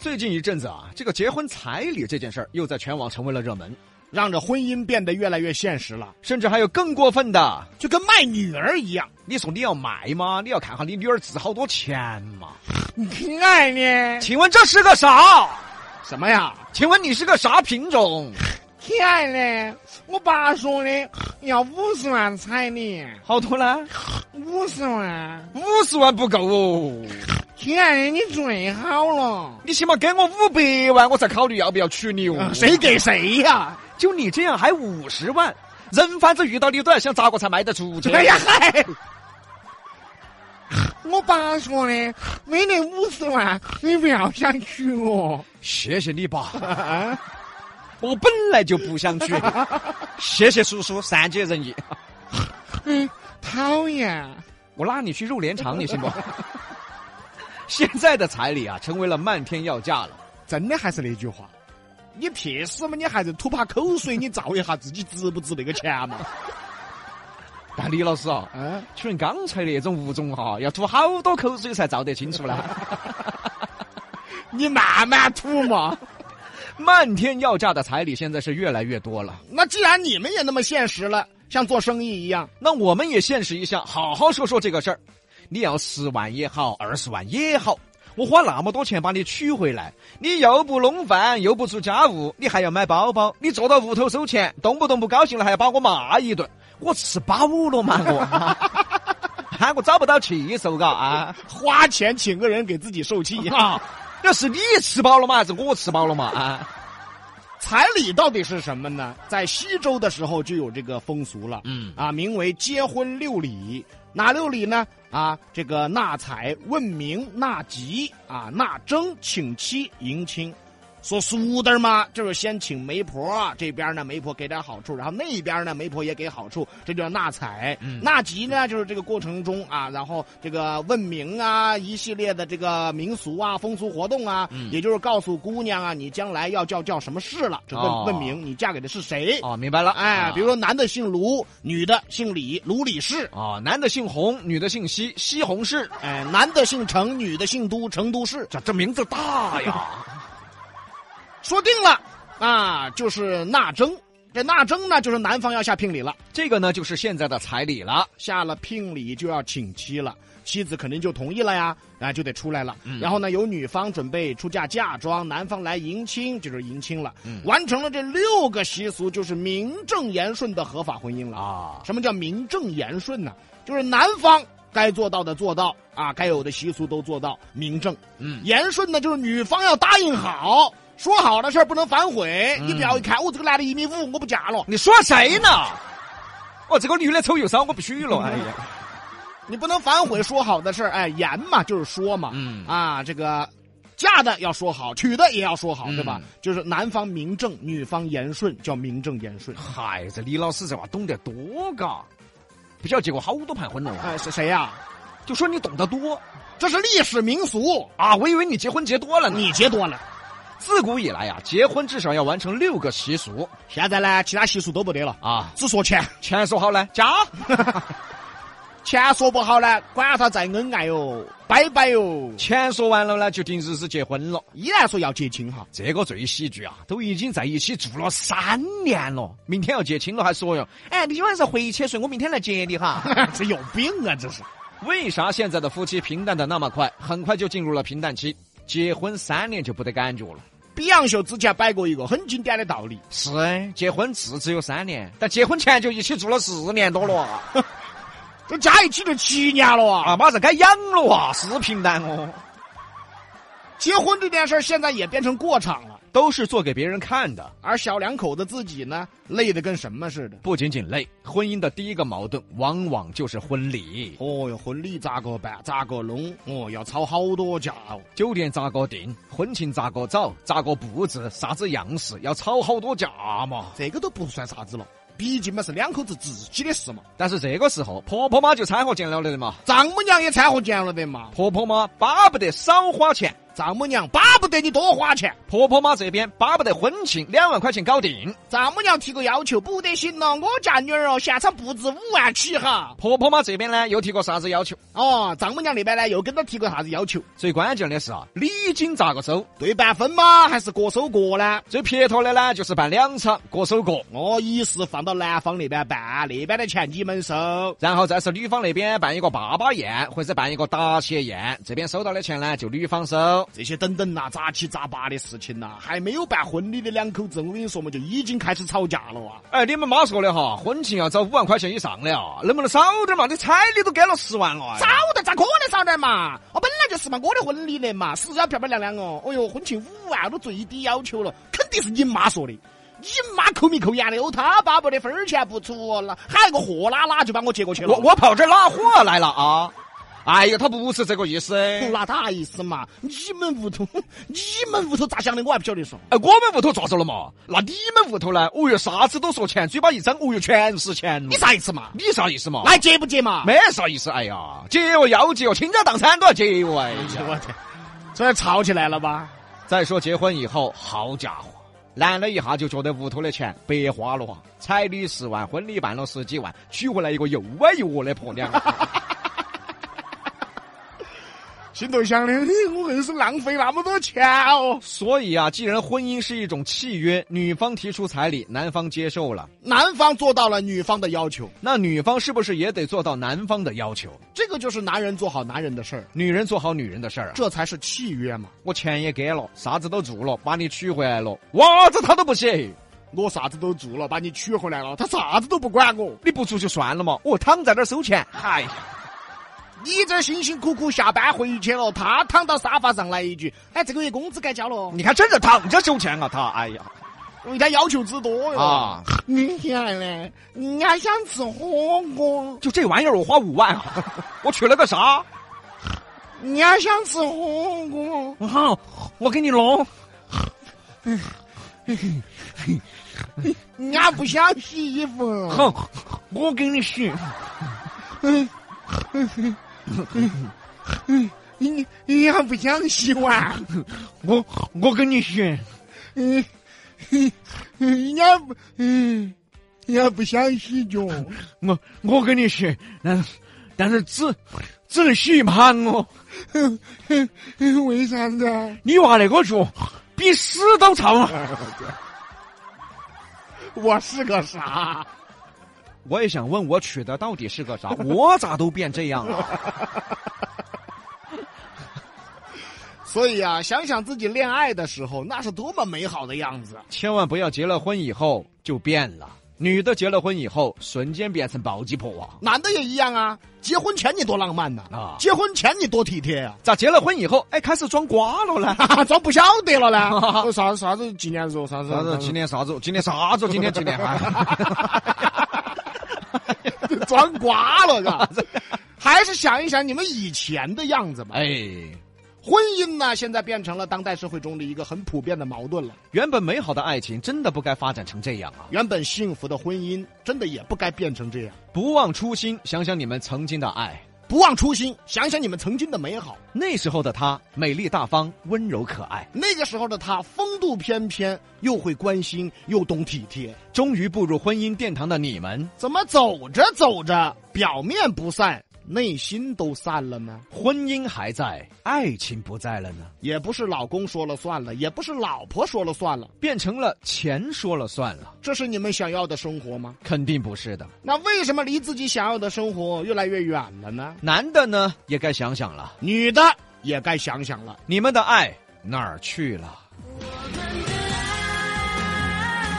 最近一阵子啊，这个结婚彩礼这件事儿又在全网成为了热门，让这婚姻变得越来越现实了，甚至还有更过分的。就跟卖女儿一样。你说你要卖吗？你要看下你女儿值好多钱嘛？亲爱的，请问这是个啥？什么呀？请问你是个啥品种？亲爱的，我爸说的要五十万彩礼，好多呢，五十万。五十万不够哦，亲爱的，你最好了。你起码给我五百万，我才考虑要不要娶你哦。啊呃谁给谁呀、就你这样还五十万？人贩子遇到你都要想咋个才卖得出去？哎呀嗨！ 我爸说的，没那五十万，你不要想娶我。谢谢你爸，啊，我本来就不想 娶你，谢谢叔叔善解人意。嗯，讨厌。我拉你去肉联厂，你信不？现在的彩礼啊，成为了漫天要价了。真的还是那句话，你屁事嘛？你还是吐把口水，你照一下自己值不值那个钱嘛？但李老师啊，啊，请问刚才那种物种哈、要吐好多口水才照得清楚呢。 你慢慢吐嘛。漫天要价的彩礼现在是越来越多了，那既然你们也那么现实了，像做生意一样，那我们也现实一下，好好说说这个事儿。你要十万也好，二十万也好，我花那么多钱把你娶回来，你又不弄饭，又不做家务，你还要买包包，你坐到屋头收钱，动不动不高兴了还要把我骂一顿，我吃饱了嘛我，喊我找不到气受嘎啊！花钱请个人给自己受气 啊。要是你吃饱了嘛，还是我吃饱了嘛啊？彩礼到底是什么呢？在西周的时候就有这个风俗了，嗯啊，名为结婚六礼。哪六礼呢？啊，这个纳采、问名、纳吉、啊、纳征、请妻、迎亲。说俗点儿嘛，就是先请媒婆，这边呢媒婆给点好处，然后那边呢媒婆也给好处，这就叫纳采。嗯纳吉呢，就是这个过程中啊，然后这个问名啊，一系列的这个民俗啊、风俗活动啊，嗯也就是告诉姑娘啊，你将来要叫叫什么事了，这问、哦问名，你嫁给的是谁？哦，明白了，哎，比如说说男的姓卢，女的姓李，卢李氏。哦，男的姓洪，女的姓西，西洪氏，哎，男的姓程，女的姓都，成都市。这这名字大呀。说定了啊，就是纳征。这纳征呢，就是男方要下聘礼了，这个呢，就是现在的彩礼了。下了聘礼就要请妻了，妻子肯定就同意了呀，啊，就得出来了。嗯然后呢，由女方准备出嫁嫁妆，男方来迎亲，就是迎亲了。嗯完成了这六个习俗，就是名正言顺的合法婚姻了。啊，什么叫名正言顺呢？就是男方该做到的做到啊，该有的习俗都做到，名正嗯，言顺呢，就是女方要答应好，说好的事儿不能反悔。嗯你不要一看我哦这个男的一米五，我不嫁了，你说谁呢？哦，这个女的丑又骚，我不娶了。哎呀， 你不能反悔说好的事儿。哎，言嘛就是说嘛，嗯啊，这个嫁的要说好，娶的也要说好，嗯对吧？就是男方名正，女方言顺，叫名正 言顺。嗨，这李老师这娃懂得多嘎，不晓得结过好多盘婚了啊。哎，是谁呀、就说你懂得多这是历史民俗，啊，我以为你结婚结多了呢。你结多了。自古以来呀、结婚至少要完成六个习俗现在呢，其他习俗都不得了，啊。只说钱，钱说好呢，加 钱说不好呢，管他再恩爱哟，拜拜哟。钱说完了呢，就定日子结婚了。依然说要结亲哈， 这个最喜剧啊，都已经在一起住了三年了，明天要结亲了还说哟，哎，你今晚上回去睡，我明天来接你哈。这有病啊，这是。为啥现在的夫妻平淡的那么快，很快就进入了平淡期？结婚三年就不得感觉了。比洋秀之前摆过一个很经典的道理，是，结婚制只有三年，但结婚前就一起住了四年多了这加一起就七年了啊！啊，马上该养了啊，是平淡哦，结婚这件事儿现在也变成过场了，都是做给别人看的。而小两口子自己呢，累得跟什么似的。不仅仅累，婚姻的第一个矛盾往往就是婚礼，哦哟，婚礼咋个办？咋个弄？哦，要吵好多架哦。酒店咋个定，婚庆咋个找，咋个布置，啥子样式，要吵好多架嘛。这个都不算啥子了，毕竟嘛是两口子自己的事嘛，但是这个时候，婆婆妈就掺和进来了的嘛。丈母娘也掺和进来了的嘛。婆婆妈巴不得少花钱，丈母娘巴不得你多花钱，婆婆妈这边巴不得婚庆两万块钱搞定，丈母娘提个要求，不得行了，我家女儿哦，现场布置五万起哈。婆婆妈这边呢又提个啥子要求？哦，丈母娘那边呢又跟他提个啥子要求？最关键的是啊，礼金咋个收？对半分吗？还是各收各呢？最撇脱的呢就是办两场，各收各，哦，一是放到男方那边办，那边的钱你们收。然后再是女方那边办一个爸爸宴或者办一个答谢宴，这边收到的钱呢就女方收。这些等等呐、杂七杂八的事情呐、还没有办婚礼的两口子，我跟你说嘛，就已经开始吵架了啊！哎，你们妈说的哈，婚庆要找五万块钱以上的啊，能不能少点嘛？你彩礼都给了十万了、哎少点咋可能少点嘛？我本来就是嘛，我的婚礼的嘛，是要漂漂亮亮哦。哦哟，婚庆五万都最低要求了，肯定是你妈说的。你妈抠眉抠眼的，哦，她巴不得分儿钱不出哦，那喊个货拉拉就把我接过去了。我我跑这儿拉货来了啊！哎呀，他不是这个意思。不哎，拉大意思嘛，你们屋头， 你们屋头咋想的，我还不晓得说。哎我们屋头咋子了嘛？那你们屋头呢？哦哟，啥子都说钱，嘴巴一张，哦哟，全是钱了你。啥意思嘛？你啥意思嘛？来接不接嘛？没啥意思。哎呀，结我要结我，倾家荡产都要结我。哎我呀，天，这吵起来了吧？再说结婚以后，好家伙，男的一下就觉得屋头的钱白花了啊！彩礼十万，婚礼办了十几万，娶回来一个又歪又恶的婆 娘。心头想的，嘿我硬是浪费那么多钱哦。所以啊，既然婚姻是一种契约，女方提出彩礼，男方接受了，男方做到了女方的要求，那女方是不是也得做到男方的要求？这个就是男人做好男人的事儿，女人做好女人的事儿啊！这才是契约嘛。我钱也给了，啥子都做了，把你娶回来了，娃子他都不写，我啥子都做了，把你娶回来了，他啥子都不管我。你不做就算了嘛，我躺在那儿收钱。哎呀，你这辛辛苦苦下班回去了，他躺到沙发上来一句：“哎，这个月工资该交了哦。你看，真的躺着收钱啊，他，哎呀，”人家要求之多哟。啊，你天嘞，人家想吃火锅，就这玩意儿我花五万啊， 我娶了个啥？人家想吃火锅。好、我给你弄。人家不想洗衣服。好，我给你洗。你你还不想洗碗？我我给你洗。嗯，人家不，嗯，人家不想洗脚。我我给你洗，但但是只只能洗一盘哦。 为啥子啊？你娃那个脚比屎都臭啊！我是个啥？我也想问，我娶的到底是个啥？我咋都变这样啊了？所以啊，想想自己恋爱的时候，那是多么美好的样子。千万不要结了婚以后就变了。女的结了婚以后，瞬间变成暴击婆啊！男的也一样啊，结婚前你多浪漫呐、啊结婚前你多体贴呀、 咋结了婚以后，哎，开始装瓜了呢？啊，装不晓得了呢。啥啥子纪念日？啥子啥子？今天啥子？今天啥子？今天今天还 装瓜了是吧？ 还是想一想你们以前的样子吧。 哎。婚姻呢，现在变成了当代社会中的一个很普遍的矛盾了。原本美好的爱情真的不该发展成这样啊！原本幸福的婚姻，真的也不该变成这样。不忘初心，想想你们曾经的爱，不忘初心，想想你们曾经的美好。那时候的她美丽大方、温柔可爱，那个时候的他，风度翩翩，又会关心，又懂体贴。终于步入婚姻殿堂的你们，怎么走着走着，表面不散，内心都散了呢？婚姻还在，爱情不在了呢，也不是老公说了算了，也不是老婆说了算了，变成了钱说了算了，这是你们想要的生活吗？肯定不是的。那为什么离自己想要的生活越来越远了呢？男的呢，也该想想了，女的也该想想了。你们的爱哪儿去了？我们的爱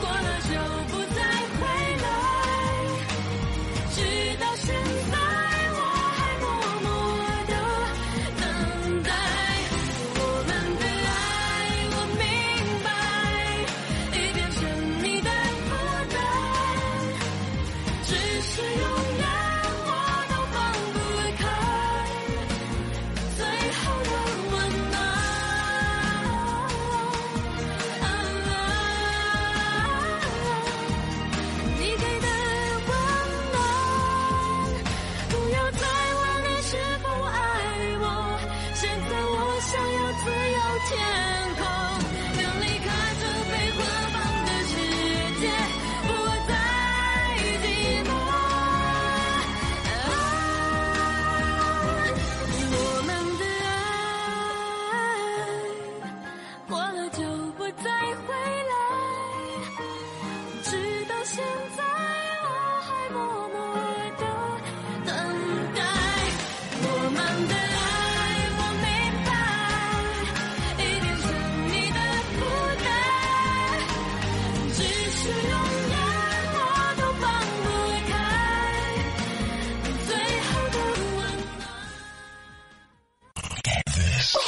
过了就不再回来，直到现在我还默默的等待。我们的爱，我明白，已变成你的负担，只是永远我都放不开。最后的温暖。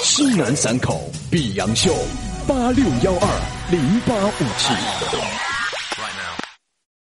西南三口碧阳秀八六幺二零八五七。